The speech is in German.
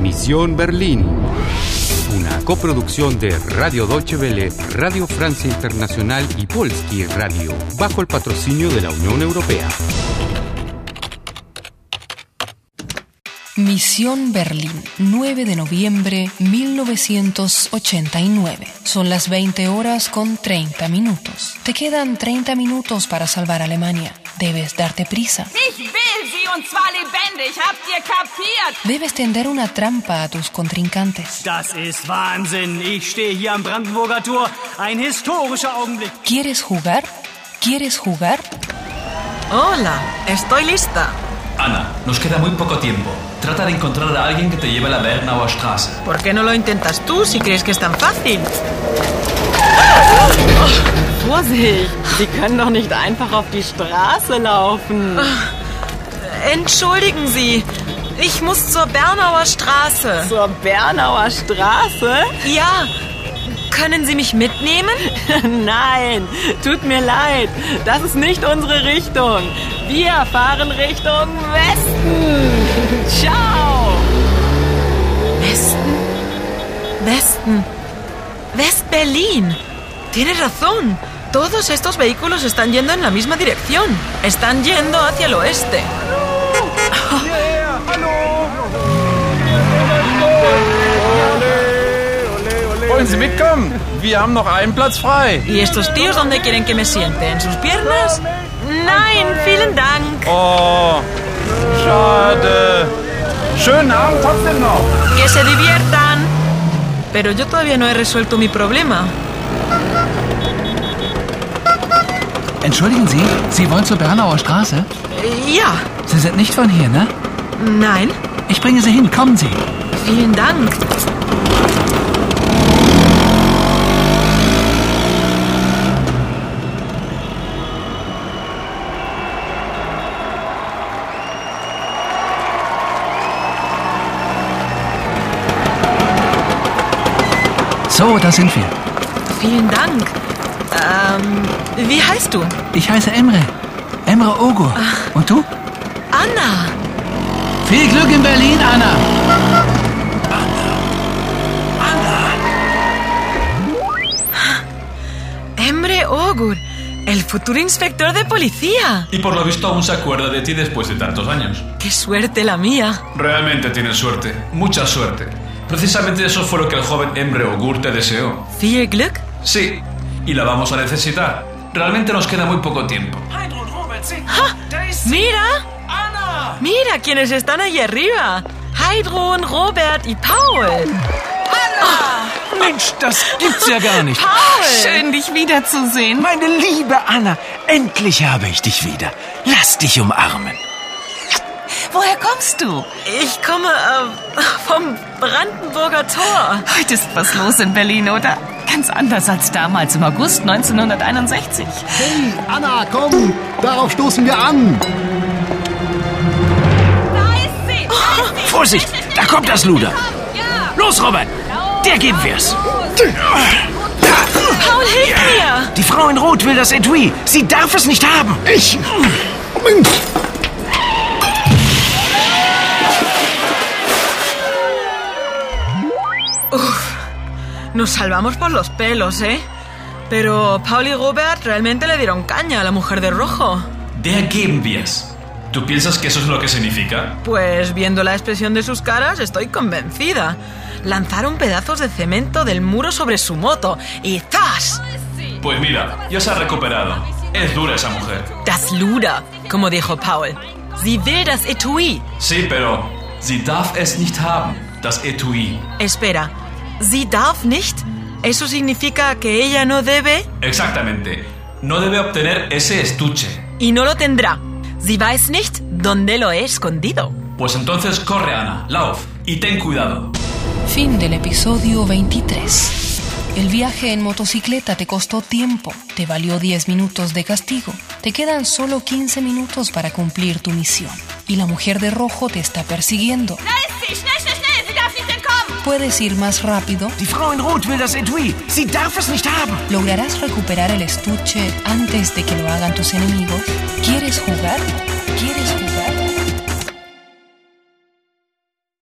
Misión Berlín. Una coproducción de Radio Deutsche Welle, Radio Francia Internacional y Polski Radio, bajo el patrocinio de la Unión Europea. Misión Berlín, 9 de noviembre 1989. Son las 20 horas con 30 minutos. Te quedan 30 minutos para salvar Alemania. Debes darte prisa. Ich will sie und zwar lebendig. Habt ihr kapiert? Debes tender una trampa a tus contrincantes. Das ist Wahnsinn. Ich stehe hier am Brandenburger Tor. Ein historischer Augenblick. ¿Quieres jugar? ¿Quieres jugar? Hola, estoy lista. Ana, nos queda muy poco tiempo. Trata de encontrar a alguien que te lleve a la Bernauer Straße. ¿Por qué no lo intentas tú si crees que es tan fácil? Vorsicht, Sie können doch nicht einfach auf die Straße laufen. Entschuldigen Sie, ich muss zur Bernauer Straße. Zur Bernauer Straße? Ja, können Sie mich mitnehmen? Nein, tut mir leid, das ist nicht unsere Richtung. Wir fahren Richtung Westen. Ciao. Westen? Westen. West-Berlin. Tiene razón. Todos estos vehículos están yendo en la misma dirección. Están yendo hacia el oeste. Wollen Sie mitkommen? Wir haben noch einen Platz frei. ¿Y estos tíos dónde quieren que me siente? ¿En sus piernas? Nein, vielen Dank. Oh, schade. Schönen Abend trotzdem noch. Que se diviertan. Pero yo todavía no he resuelto mi problema. Entschuldigen Sie, Sie wollen zur Bernauer Straße? Ja, Sie sind nicht von hier, ne? nein, Ich bringe Sie hin, kommen Sie. vielen Dank. So, da sind wir. Vielen Dank. Ähm, wie heißt du? Ich heiße Emre. Emre Ogur. Und du? Anna. Viel Glück in Berlin, Anna. Emre Ogur, el futuro inspector de policía. Y por lo visto aún se acuerda de ti después de tantos años. Qué suerte la mía. Realmente tienes suerte, mucha suerte. Precisamente eso fue lo que el joven Emre Ogur te deseó. Viel Glück. Sí, y la vamos a necesitar. Realmente nos queda muy poco tiempo. Mira. Mira quiénes están allí arriba. Heidrun, Robert y Paul. Mensch, das gibt's ja gar nicht. Schön. Meine liebe Anna, endlich habe ich dich wieder. Lass dich umarmen. Woher kommst du? Ich komme äh, vom Brandenburger Tor. Heute ist was los in Berlin, oder? Ganz anders als damals im August 1961. Anna, komm! Darauf stoßen wir an! Da ist sie. Da ist sie. Vorsicht, da kommt das Luder. Komm, ja. Los, Robert. Der geben wir's. Paul, hilf mir. Die Frau in Rot will das Etui. Sie darf es nicht haben. Ich! Nos salvamos por los pelos, ¿eh? Pero Paul y Robert realmente le dieron caña a la mujer de rojo. Der Gegenbias. ¿Tú piensas que eso es lo que significa? Pues viendo la expresión de sus caras, estoy convencida. Lanzaron pedazos de cemento del muro sobre su moto y ¡zas! Pues mira, ya se ha recuperado. Es dura esa mujer. Das Luder, como dijo Paul. Sie will das Etui. Sí, pero sie darf es nicht haben, das Etui. Espera, sie darf nicht. Eso significa que ella no debe Exactamente. No debe obtener ese estuche. y no lo tendrá. Sie weiß nicht dónde lo he escondido. Pues entonces corre, Ana, lauf y ten cuidado. Fin del episodio 23. El viaje en motocicleta te costó tiempo, te valió 10 minutos de castigo, te quedan solo 15 minutos para cumplir tu misión. Y la mujer de rojo te está persiguiendo. Da ist sie. Schnell, schnell, schnell. Sie darf nicht entkommen. ¿Puedes ir más rápido? Die Frau in Rot will das Etui. Sie darf es nicht haben. ¿Lograrás recuperar el estuche antes de que lo hagan tus enemigos? ¿Quieres jugar? ¿Quieres jugar?